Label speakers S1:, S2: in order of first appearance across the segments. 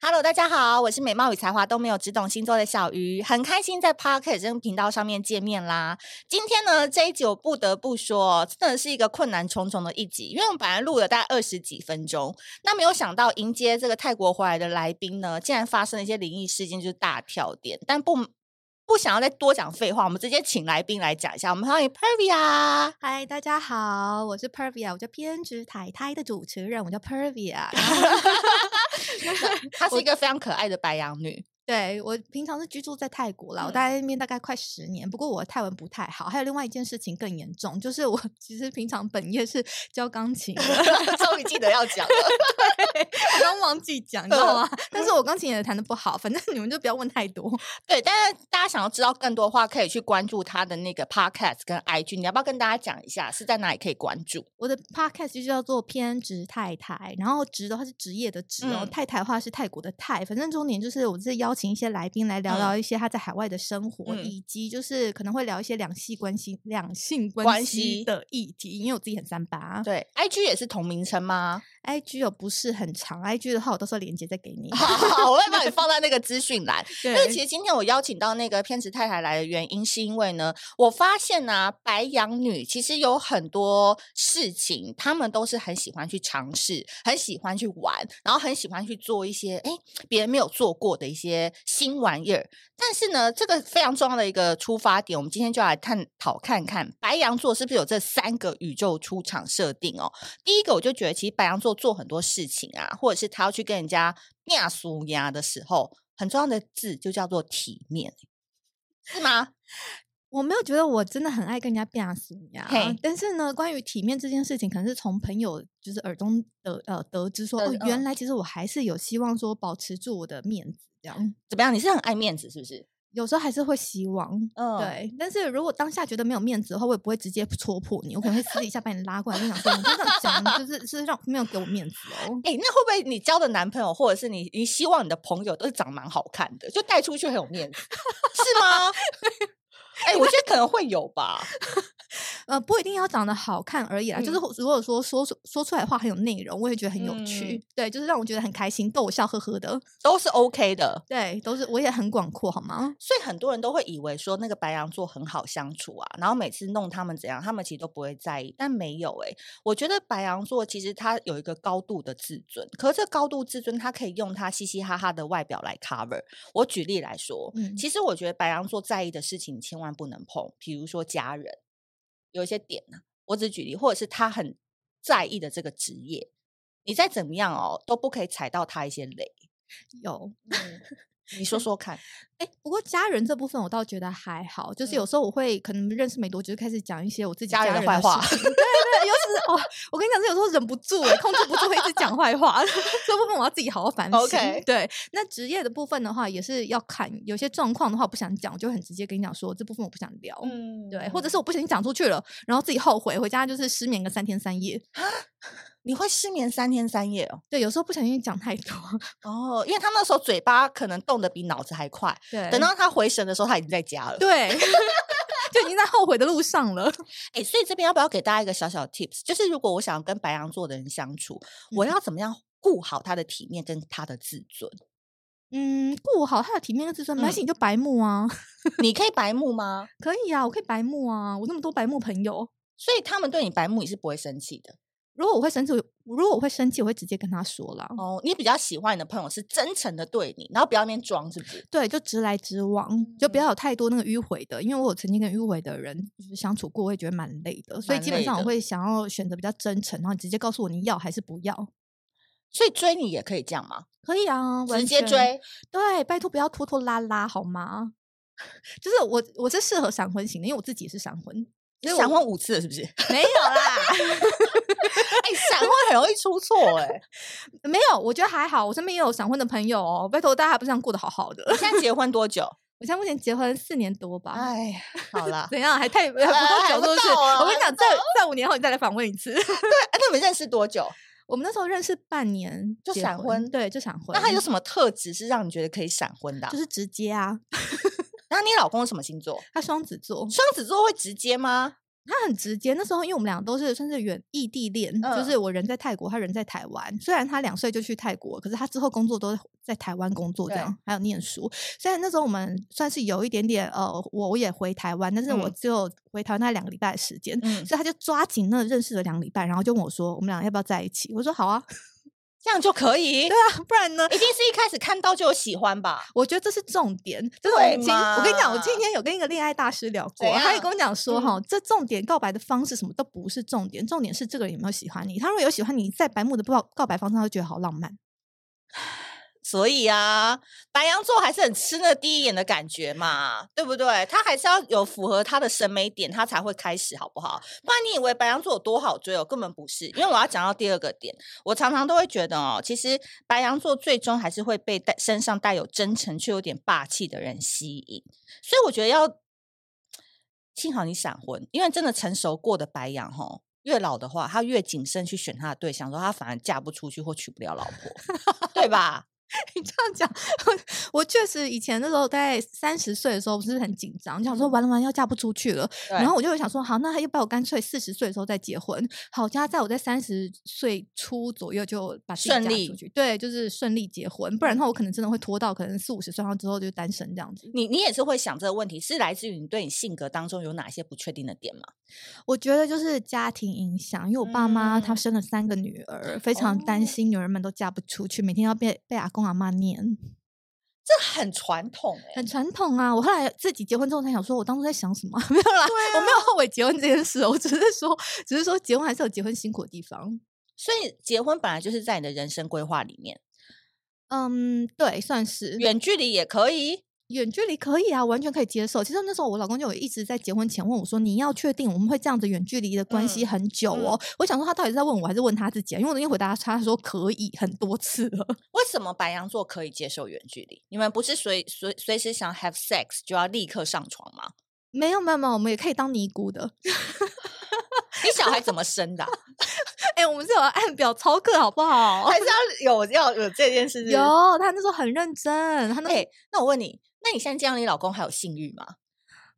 S1: Hello，大家好，我是美貌与才华都没有，只懂星座的小鱼，很开心在 Pocket 这个频道上面见面啦。今天呢，这一集我不得不说，真的是一个困难重重的一集，因为我们本来录了大概二十几分钟，那没有想到迎接这个泰国回来的来宾呢，竟然发生了一些灵异事件，就是大跳点。但不不想要再多讲废话，我们直接请来宾来讲一下。我们欢迎啊 Pervia。
S2: 嗨，大家好，我是 Pervia，我叫偏执太太的主持人，我叫 Pervia 然后。
S1: 她是一个非常可爱的白羊女，
S2: 对我平常是居住在泰国啦，我
S1: 嗯
S2: 待在那边大概快十年，不过我泰文不太好。还有另外一件事情更严重，就是我 其实平常本业是教钢琴的，
S1: 终于记得要讲了。
S2: 我刚忘记讲，你知道吗？ 但是我钢琴也弹的不好，反正你们就不要问太多。
S1: 对，但是大家想要知道更多的话，可以去关注她的那个 podcast 跟 IG。你要不要跟大家讲一下是在哪里可以关注？
S2: 我的 podcast 就叫做偏职太太，然后职的话是职业的职哦，
S1: 嗯
S2: 太太的话是泰国的泰，反正重点就是我是邀请一些来宾来聊
S1: 嗯
S2: 聊一些他在海外的生活，
S1: 嗯
S2: 以及就是可能会聊一些两性关系、两性
S1: 关
S2: 关
S1: 系
S2: 系的议题，因为我自己很三八
S1: 对，IG 也是同名称吗？
S2: ，IG 有不是很长，IG 的话我到时候连接再给 你。
S1: 好，我会把你放在那个资讯栏。
S2: 对
S1: 因为其实今天我邀请到那个偏执太太来的原因，是因为呢，我发现呢、白羊女其实有很多事情，她们都是很喜欢去尝试，很喜欢去玩，然后很喜欢去做一些哎别人没有做过的一些新玩意儿。但是呢，这个非常重要的一个出发点，我们今天就来探讨看看白羊座是不是有这三个宇宙出场设定哦。第一个，我就觉得其实白羊座做很多事情啊，或者是他要去跟人家面俗呀的时候，很重要的字就叫做体面，是吗？
S2: 我没有觉得我真的很爱跟人家变俗呀
S1: 嘿，
S2: 但是呢，关于体面这件事情，可能是从朋友就是耳中得呃得知说，
S1: 得
S2: 哦
S1: 知，嗯
S2: 原来其实我还是有希望说保持住我的面子，这样
S1: 怎么样？你是很爱面子是不是？
S2: 有时候还是会希望。
S1: 嗯，
S2: 对，但是如果当下觉得没有面子的话，我也不会直接戳破你，我可能会私底下把你拉过来，就想说，你就这样讲，你就是是让没有给我面子 哦。
S1: 哎、那会不会你交的男朋友，或者是你你希望你的朋友都是长蛮好看的，就带出去很有面子，是吗？哎、我觉得可能会有吧。
S2: 呃，不一定要长得好看而已啦，
S1: 嗯
S2: 就是如果说说出说出来的话很有内容，我也觉得很有趣，
S1: 嗯
S2: 对，就是让我觉得很开心，逗我笑呵呵的。
S1: 都是 OK 的。
S2: 对，都是我也很广阔，好吗？
S1: 所以很多人都会以为说那个白羊座很好相处啊，然后每次弄他们怎样，他们其实都不会在意，但没有诶、我觉得白羊座其实他有一个高度的自尊，可是这高度自尊他可以用他嘻嘻哈哈的外表来 cover。我举例来说，
S2: 嗯
S1: 其实我觉得白羊座在意的事情千万不能碰，比如说家人，有一些点呢、我只举例，或者是他很在意的这个职业，你再怎么样哦，都不可以踩到他一些雷。
S2: 有，
S1: 你说说看，
S2: 哎、不过家人这部分我倒觉得还好，就是有时候我会可能认识没多久就开始讲一些我自己
S1: 嗯家人
S2: 人
S1: 的坏话
S2: 事情对对，尤其是哦，我跟你讲，这有时候忍不住哎、控制不住会一直讲坏话， 这部分我要自己好好反省。
S1: OK
S2: 对，那职业的部分的话也是要看，有些状况的话我不想讲，我就很直接跟你讲说这部分我不想聊。
S1: 嗯
S2: 对，或者是我不小心讲出去了，然后自己后悔，回家就是失眠个三天三夜。
S1: 你会失眠三天三夜哦。
S2: 对，有时候不小心讲太多，
S1: 哦，因为他那时候嘴巴可能动得比脑子还快，
S2: 对，
S1: 等到他回神的时候，他已经在家了。
S2: 哎对， 就已经在后悔的路上了。
S1: 哎、所以这边要不要给大家一个小小的 tips？就是如果我想要跟白羊座的人相处，我
S2: 嗯
S1: 要怎么样顾好他的体面跟他的自尊？
S2: 嗯，顾好他的体面跟自尊，没
S1: 嗯
S2: 关系，你就白目啊，
S1: 你可以白目吗？
S2: 可以啊，我可以白目啊，我那么多白目朋友。
S1: 所以他们对你白目，你是不会生气的
S2: 如果我会生气，如果我会生气，我会直接跟他说啦。
S1: 哦。你比较喜欢你的朋友是真诚的对你，然后不要那边装，是不是？
S2: 对，就直来直往，就不
S1: 嗯
S2: 要有太多那个迂回的，因为我有曾经跟迂回的人就是相处过，我也觉得蛮累的，所以
S1: 蛮
S2: 基本
S1: 累
S2: 上我
S1: 的
S2: 会想要选择比较真诚，然后你直接告诉我你要还是不要。
S1: 所以追你也可以这样吗？
S2: 可以啊，完
S1: 直接
S2: 全
S1: 追，
S2: 对，拜托不要拖拖拉拉好吗？ 就是我，我是适合闪婚型的，因为我自己也是闪婚，
S1: 你
S2: 所以
S1: 闪
S2: 我
S1: 婚五次了是不 是？哎、
S2: 没有啦，
S1: 闪婚很容易出 错哎、
S2: 没有，我觉得还好。我身边也有闪婚的朋友哦，拜托大家还不是这样过得好好的。
S1: 你现在结婚多 久？
S2: 我现在目前结婚四年多吧，
S1: 哎呀，好啦，
S2: 怎样还太还不够
S1: 哎还
S2: 久，
S1: 不
S2: 是不是？
S1: 到啊
S2: 我跟你
S1: 还
S2: 讲，再再五年后你再来访问一次。
S1: 哎那你们认识多久？
S2: 我们那时候认识半年
S1: 就
S2: 结
S1: 闪婚
S2: 对，就闪婚。
S1: 那他有什么特质是让你觉得可以闪婚的啊、
S2: 就是哦直接啊，
S1: 那你老公是什么星座？
S2: 他双子座，
S1: 双子座会直接吗？
S2: 他很直接。那时候因为我们俩都是算是远异地恋，
S1: 嗯
S2: 就是我人在泰国，他人在台湾。虽然他两岁就去泰国，可是他之后工作都在台湾工作，这
S1: 对
S2: 样还有念书。虽然那时候我们算是有一点点呃，我也回台湾，但是我
S1: 嗯
S2: 只有回台湾那两个礼拜的时间，
S1: 嗯，
S2: 所以他就抓紧那认识了两个礼拜，然后就问我说：“我们俩要不要在一起？”我说：“好啊，
S1: 这样就可以。
S2: 不然呢？”
S1: 一定是一开始看到就有喜欢吧？
S2: 我觉得这是重点，就是
S1: 对
S2: 我今我跟你讲，我今
S1: 嘛
S2: 天有跟一个恋爱大师聊
S1: 怎
S2: 过，他也
S1: 样嗯
S2: 跟我讲说哈、这重点告白的方式什么都不是重点，重点是这个人有没有喜欢你。他如果有喜欢你，在白目的告告白方式，他会觉得好浪漫。
S1: 所以啊，白羊座还是很吃那第一眼的感觉嘛，对不对？他还是要有符合他的审美点，他才会开始，好不好？不然你以为白羊座有多好追哦？根本不是。因为我要讲到第二个点，我常常都会觉得哦，其实白羊座最终还是会被带身上带有真诚却有点霸气的人吸引，所以我觉得要幸好你闪婚，因为真的成熟过的白羊吼。越老的话，他越谨慎去选他的对象，说他反而嫁不出去或娶不了老婆，对吧？
S2: 你这样讲，我确实以前那时候大概三十岁的时候，不是很紧张，就想
S1: 嗯
S2: 说完了完了要嫁不出去了。
S1: 对
S2: 然后我就会想说，好，那要不要我干脆四十岁的时候再结婚？好，加在我在三十岁初左右就把自己
S1: 顺
S2: 嫁
S1: 利
S2: 出去，对，就是顺利结婚，不然的话我可能真的会拖到可能四五十岁，然后之后就单身这样子。
S1: 你你也是会想这个问题，是来自于你对你性格当中有哪些不确定的点吗？
S2: 我觉得就是家庭影响，因为我爸妈他
S1: 嗯
S2: 生了三个女儿，非常
S1: 哦
S2: 担心女儿们都嫁不出去，每天要被被阿公阿妈念，
S1: 这很传统哎、
S2: 很传统啊。我后来自己结婚之后才想说，我当初在想什么？没 有啦，我没有后悔结婚这件事哦，我只是说，只是说结婚还是有结婚辛苦的地方。
S1: 所以结婚本来就是在你的人生规划里面，
S2: 嗯，对，算是
S1: 远距离也可以。
S2: 远距离可以啊，完全可以接受。其实那时候我老公就有一直在结婚前问我说：“你要确定我们会这样子远距离的关系
S1: 嗯
S2: 很久哦？”我想说他到底是在问我还是问他自己、啊？因为我已经回答他说可以很多次了。
S1: 为什么白羊座可以接受远距离？你们不是随随随时想 have sex 就要立刻上床吗？
S2: 没有没有没有，我们也可以当尼姑的。
S1: 你小孩怎么生的啊、
S2: 哎、我们是有按表操课好不 好？
S1: 还是要有要有这件事是不是？
S2: 有，他那时候很认真，他那、
S1: 哎、那我问你，那你现在这样，你老公还有性欲吗？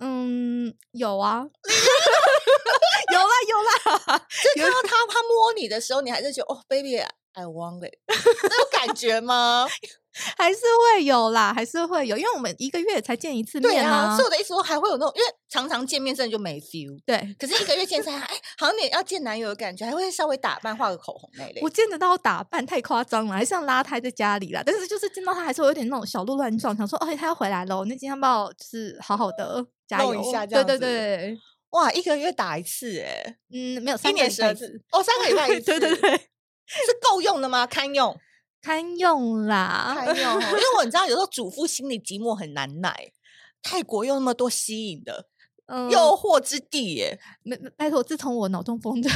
S2: 嗯有啊， 有啦有啦，
S1: 就是看到他他摸你的时候，你还是觉得哦，baby，I want it，那种感觉吗？
S2: 还是会有啦，还是会有，因为我们一个月才见一次
S1: 对
S2: 面
S1: 啊，
S2: 啊
S1: 所以。我的意思说还会有那种，因为常常见面真的就没 feel，
S2: 对，
S1: 可是一个月见一次还，哎，好像你要见男友的感觉，还会稍微打扮、画个口红那一类
S2: 我。见得到打扮太夸张了，还像邋遢在家里啦。但是就是见到他还是会有点那种小鹿乱撞，想说，哎，他要回来喽，那今天要不要就是好好的加
S1: 弄
S2: 油
S1: 一下这
S2: 对
S1: 样
S2: 对
S1: 子
S2: 对，
S1: 哇，一个月打一次，哎，
S2: 嗯，没有
S1: 一
S2: 三个
S1: 年
S2: 礼
S1: 十
S2: 拜
S1: 二
S2: 一
S1: 次，哦，三个礼拜一次，
S2: 对 对，对，
S1: 是够用的吗？堪用，
S2: 堪用啦，
S1: 堪用哦，因为我你知道，有时候主妇心里寂寞很难耐。泰国又那么多吸引的
S2: 嗯
S1: 诱惑之地耶，
S2: 没没拜托，自从我脑中风的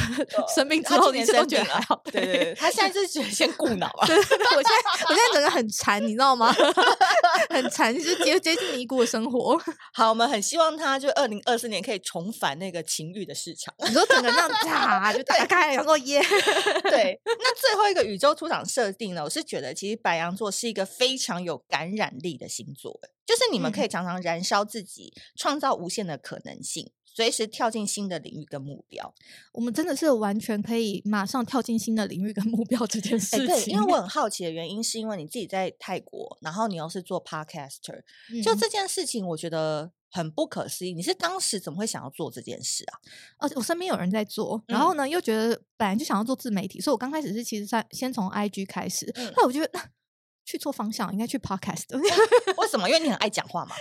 S2: 生病之
S1: 哦他
S2: 后，
S1: 今
S2: 你
S1: 年
S2: 是都
S1: 生
S2: 觉得
S1: 病
S2: 还
S1: 了
S2: 好。
S1: 对对对， 他现在就是觉得先顾脑啊，
S2: 对，对 对我现在我现在整个很馋，你知道吗？ 很馋，就是接接近尼姑的生活。
S1: 好，我们很希望他就二零二四年可以重返那个情欲的市场。
S2: 你说整个那样啪就打开，然后耶，
S1: 对，那最后一个宇宙出场设定呢，我是觉得其实白羊座是一个非常有感染力的星座，欸就是你们可以
S2: 嗯
S1: 常常燃烧自己，创造无限的可能性，随时跳进新的领域跟目标。
S2: 我们真的是完全可以马上跳进新的领域跟 目标这件
S1: 哎，
S2: 事
S1: 对，
S2: 情。
S1: 因为我很好奇的原因，是因为你自己在泰国，然后你又是做 podcaster，就
S2: 嗯
S1: 这件事情，我觉得。很不可思议，你是当时怎么会想要做这件事啊？
S2: 而且我身边有人在做，
S1: 嗯
S2: 然后呢又觉得本来就想要做自媒体，所以我刚开始是其实先先从 IG 开始，
S1: 嗯
S2: 后来我觉得 去错方向，应该去 podcast。对 呀、
S1: 为什么？因为你很爱讲话嘛。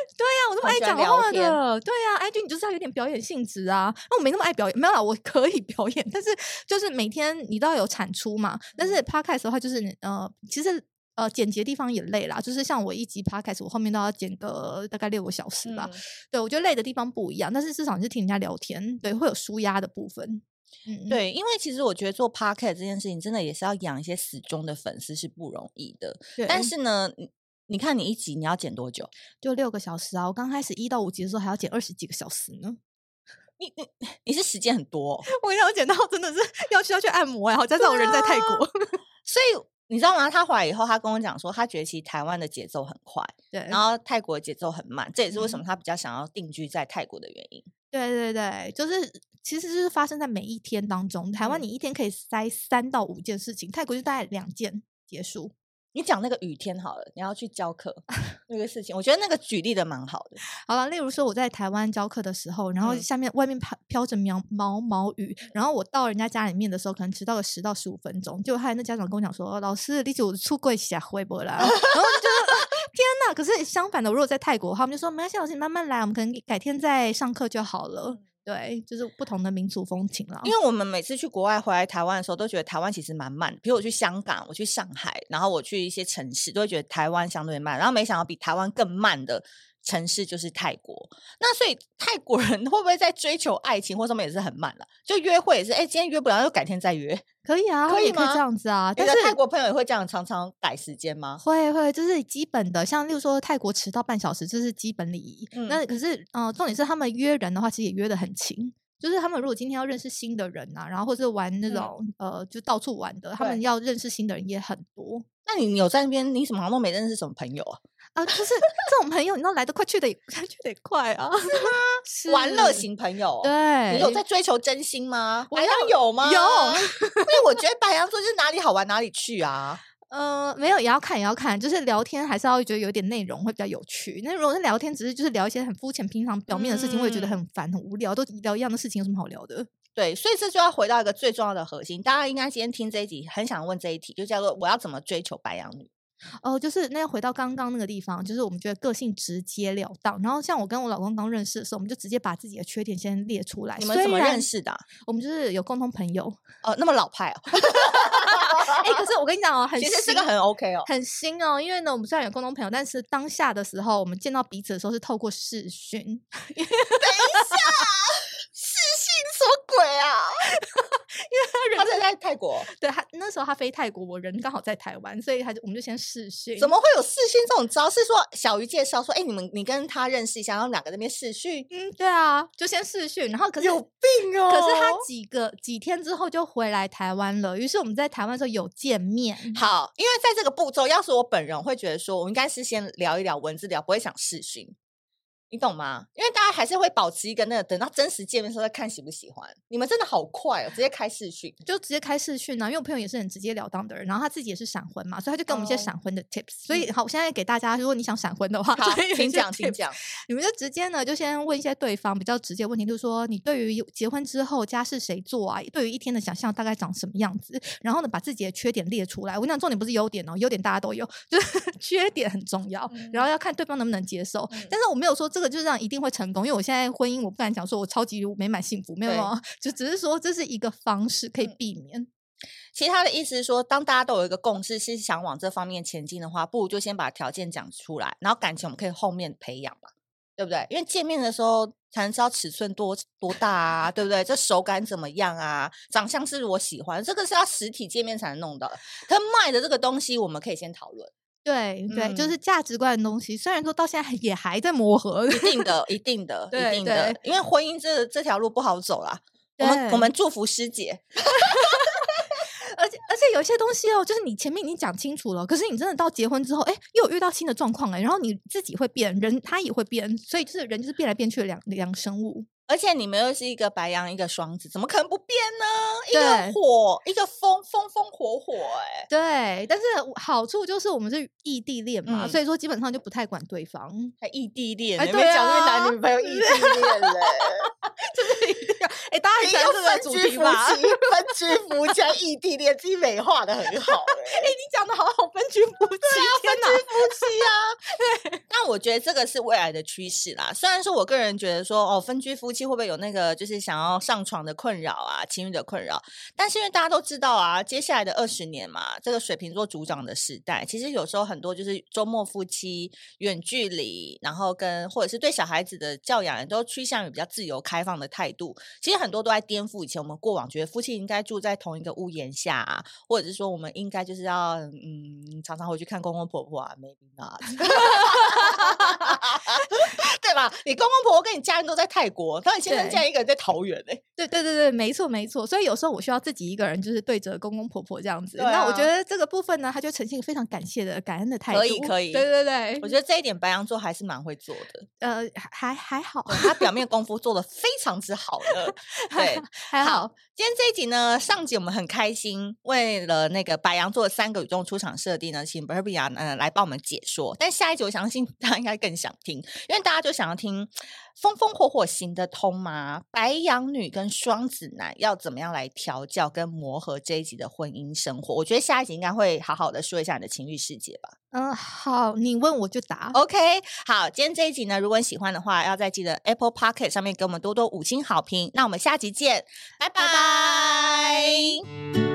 S2: 我那么
S1: 很
S2: 爱
S1: 喜欢
S2: 讲
S1: 哦聊
S2: 话
S1: 天
S2: 的，对呀、i g 你就是要有点表演性质啊。那我没那么爱表演，没有啦，我可以 表演，但是就是每天你都要有产出嘛。但
S1: 嗯
S2: 是 podcast 的话，就是你呃，其实。呃，剪辑的地方也累啦，就是像我一集 podcast，我后面都要剪个大概六个小时吧。对，我觉得累的地方不一样，但是至少你是听人家聊天，对，会有舒压的部分。嗯，
S1: 对，因为其实我觉得做 p o c a s t 这件事情，真的也是要养一些死忠的粉丝是不容易的。
S2: 对嗯
S1: 但是呢，你你看你一集你要剪多久？
S2: 就六个小时啊！我刚开始一到五集的时候还要剪二十几个小时呢，
S1: 你你你是时间很多哦、
S2: 我要剪到真的是 要需要去按摩哎、好加上我人在泰 国，
S1: 所以你知道吗？他回来以后，他跟我讲说，他觉得其实台湾的节奏很快，
S2: 对，
S1: 然后泰国的节奏很慢，这也是为什
S2: 嗯
S1: 么他比较想要定居在泰国的原因。
S2: 对对对，就是其实就是发生在每一天当中。台湾你一天可以塞三到五件事情，泰国就大概两件结束。
S1: 你讲那个雨天好了，你要去教课 那个事情，我觉得那个举例的蛮好的。
S2: 好了，例如说我在台湾教课的时候，然后
S1: 嗯
S2: 下面外面飘飘着毛毛毛雨，然后我到人家家里面的时候，可能迟到个十到十五分钟，就害那家长跟我讲说，老师，你我出柜下会不啦？然后我就觉得 啊天哪！可是相反的，如果在泰国的话，他们就说没关系，老师你慢慢来，我们可能改天再上课就好了。对，就是不同的民族风情了。
S1: 嗯因为我们每次去国外回来台湾的时候，都觉得台湾其实蛮慢的。比如我去香港，我去上海，然后我去一些城市，都会觉得台湾相对慢。然后没想到比台湾更慢的城市就是泰国。那所以泰国人会不会在追求爱情或什么也是很慢了？就约会也是，哎、今天约不了，就改天再约。
S2: 可以啊，
S1: 可以
S2: 也可以
S1: 吗
S2: 这样子啊。
S1: 你
S2: 但
S1: 的
S2: 是
S1: 泰国朋友也会这样常常改时间吗？
S2: 会会，就是基本的，像例如说泰国迟到半小时，这是基本礼仪。
S1: 嗯
S2: 那可是，呃，重点是他们约人的话，其实也约的很勤。就是他们如果今天要认识新的人啊，然后或者玩那
S1: 嗯
S2: 种、呃，就到处玩的，他们
S1: 对
S2: 要认识新的人也很多
S1: 那你有在那边，你怎么好像都没认识什么朋友啊？
S2: 啊。就是这种朋友，你知道来得快，去得也 去得也快啊，是
S1: 玩乐型朋友、哦。
S2: 对，
S1: 你有在追求真心吗？
S2: 我
S1: 白羊
S2: 要
S1: 有吗？
S2: 有
S1: 因为我觉得白羊座就是哪里好玩哪里去啊。
S2: 呃，没有，也要看，也要看，就是聊天还是要觉得有点内容会比较有趣。那如果是聊天，只是就是聊一些很肤浅、平常表面的事情，我也觉得
S1: 嗯
S2: 很烦、很无聊，都聊一样的事情，有什么好聊的？
S1: 对，所以这就要回到一个最重要的核心。大家应该今天听这一集，很想问这一题，就叫做我要怎么追求白羊女？
S2: 哦，就是那要回到刚刚那个地方，就是我们觉得个性直截了当。然后像我跟我老公刚认识的时候，我们就直接把自己的缺点先列出来。
S1: 你们怎
S2: 虽
S1: 么
S2: 然
S1: 认？识的啊、
S2: 我们就是有共同朋 友。
S1: 哦，那么老派哦，
S2: 哎、可是我跟你讲哦，很
S1: 其实这
S2: 新
S1: 个很 OK 哦。
S2: 很新哦，因为呢，我们虽然有共同朋友，但是当下的时候，我们见到彼此的时候是透过视讯，
S1: 是性什么鬼啊？ 因为他人在泰国，
S2: 对他那时候他飞泰国，我人刚好在台湾，所以他就我们就先试训。
S1: 怎么会有视讯这种招？是说小鱼介绍说，哎、你们你跟他认识一下，然后两个在那边视讯，
S2: 嗯，对啊，就先试训，然后可是
S1: 有病哦。
S2: 可是他几个几天之后就回来台湾了，于是我们在台湾的时候有见面。
S1: 好，因为在这个步骤，要是我本人我会觉得说，我应该是先聊一聊文字聊，不会想视讯，你懂吗？因为大家还是会保持一个那个，等到真实见面的时候再看喜不喜欢。你们真的好快哦，直接开视 讯。
S2: 就直接开视讯啊，因为我朋友也是很直截了当的人，然后他自己也是闪婚嘛，所以他就给我们一些
S1: 哦嗯
S2: 闪婚的 tips。所以好，我现在给大家，如果你想闪婚的话，
S1: 好，
S2: 就是有一
S1: 请
S2: 些
S1: 讲，请
S2: tips
S1: 讲。
S2: 你们就直接呢，就先问一些对方比较直接的问题，就是说你对于结婚之后家事谁做啊，对于一天的想象大概长什么样子，然后呢把自己的缺点列出来。我跟你讲重点不是优点哦，优点大家都有，就是 缺点很重要，然后要看对方能不能接受。
S1: 嗯
S2: 但是我没有说这个就让一定会成功，因为我现在婚姻我不敢讲说我超级美满幸福，没有
S1: 对嗯
S2: 啊，就只是说这是一个方式可以避免。
S1: 其实他的意思是说，当大家都有一个共识，是想往这方面前进的话，不如就先把条件讲出来，然后感情我们可以后面培养嘛，对不对？因为见面的时候才能知道尺寸多多大啊，对不对？这手感怎么样啊？长相是我喜欢，这个是要实体见面才能弄到的。可卖的这个东西，我们可以先讨论，
S2: 对对，就
S1: 嗯
S2: 是价值观的东西，虽然说到现在也还在磨合，
S1: 一定的，一定的，
S2: 对
S1: 一定的，因为婚姻这这条路不好走啦。我们我
S2: 对
S1: 们祝福师姐，
S2: 而且而且有一些东西哦，就是你前面已经讲清楚了，可是你真的到结婚之后，哎，又有遇到新的状况哎，然后你自己会变，人他也会变，所以就是人就是变来变去的两两生物。
S1: 而且你们又是一个白羊，一个双子，怎么可能不变呢？一
S2: 对
S1: 个火，一个风，风风火火、哎。
S2: 对，但是好处就是我们是异地恋嘛，
S1: 嗯
S2: 所以说基本上就不太管对方，
S1: 还异地恋，
S2: 哎
S1: 你
S2: 对
S1: 们讲那
S2: 啊
S1: 个男女 朋友异地恋嘞，
S2: 就是一定要哎，大家 很
S1: 你
S2: 喜欢
S1: 就
S2: 这个
S1: 分
S2: 主
S1: 居
S2: 题
S1: 夫
S2: 吧？
S1: 妻，分居夫妻还异地恋，自己美化的很好哎、
S2: 你讲的好好，分居夫妻，天哪！
S1: 啊夫妻啊。但我觉得这个是未来的趋势啦。虽然说我个人觉得说，哦，分居夫妻会不会有那个就是想要上床的困扰啊，情欲的困扰？但是因为大家都知道啊，接下来的二十年嘛，这个水瓶座组长的时代，其实有时候很多就是周末夫妻远距离，然后跟或者是对小孩子的教养也都趋向于比较自由开放的态度。其实很多都在颠覆以前我们过往觉得夫妻应该住在同一个屋檐下、啊，或者是说我们应该就是要嗯常常回去看公公婆婆啊，maybe not，对吧？你公公婆婆跟你家人都在泰国，然后你先生
S2: 对
S1: 竟然一个人在桃园哎、
S2: 对对对对，没错没错。所以有时候我需要自己一个人，就是对着公公婆婆这样子。
S1: 对
S2: 那我觉
S1: 啊
S2: 得这个部分呢，他就呈现一个非常感谢的、感恩的态度。
S1: 可以可以
S2: 对对对，
S1: 我觉得这一点白羊座还是蛮会做的，
S2: 呃，还还好，
S1: 哦对他表面功夫做的非常之好的，对，
S2: 还好，
S1: 今天这一集呢，上集我们很开心，为了那个白羊座的三个宇宙出场设定呢，请 b e r b i a 嗯来帮我们解说。但下一集我相信大家应该更想听，因为大家就想要听风风火火行得通吗？白羊女跟双子男要怎么样来调教跟磨合这一集的婚姻生活？我觉得下一集应该会好好的说一下你的情欲世界吧。
S2: 嗯，好，你问我就答。
S1: OK，好，今天这一集呢，如果你喜欢的话，要再记得 Apple Pocket 上面给我们多多五星好评。那我们下集见，拜拜。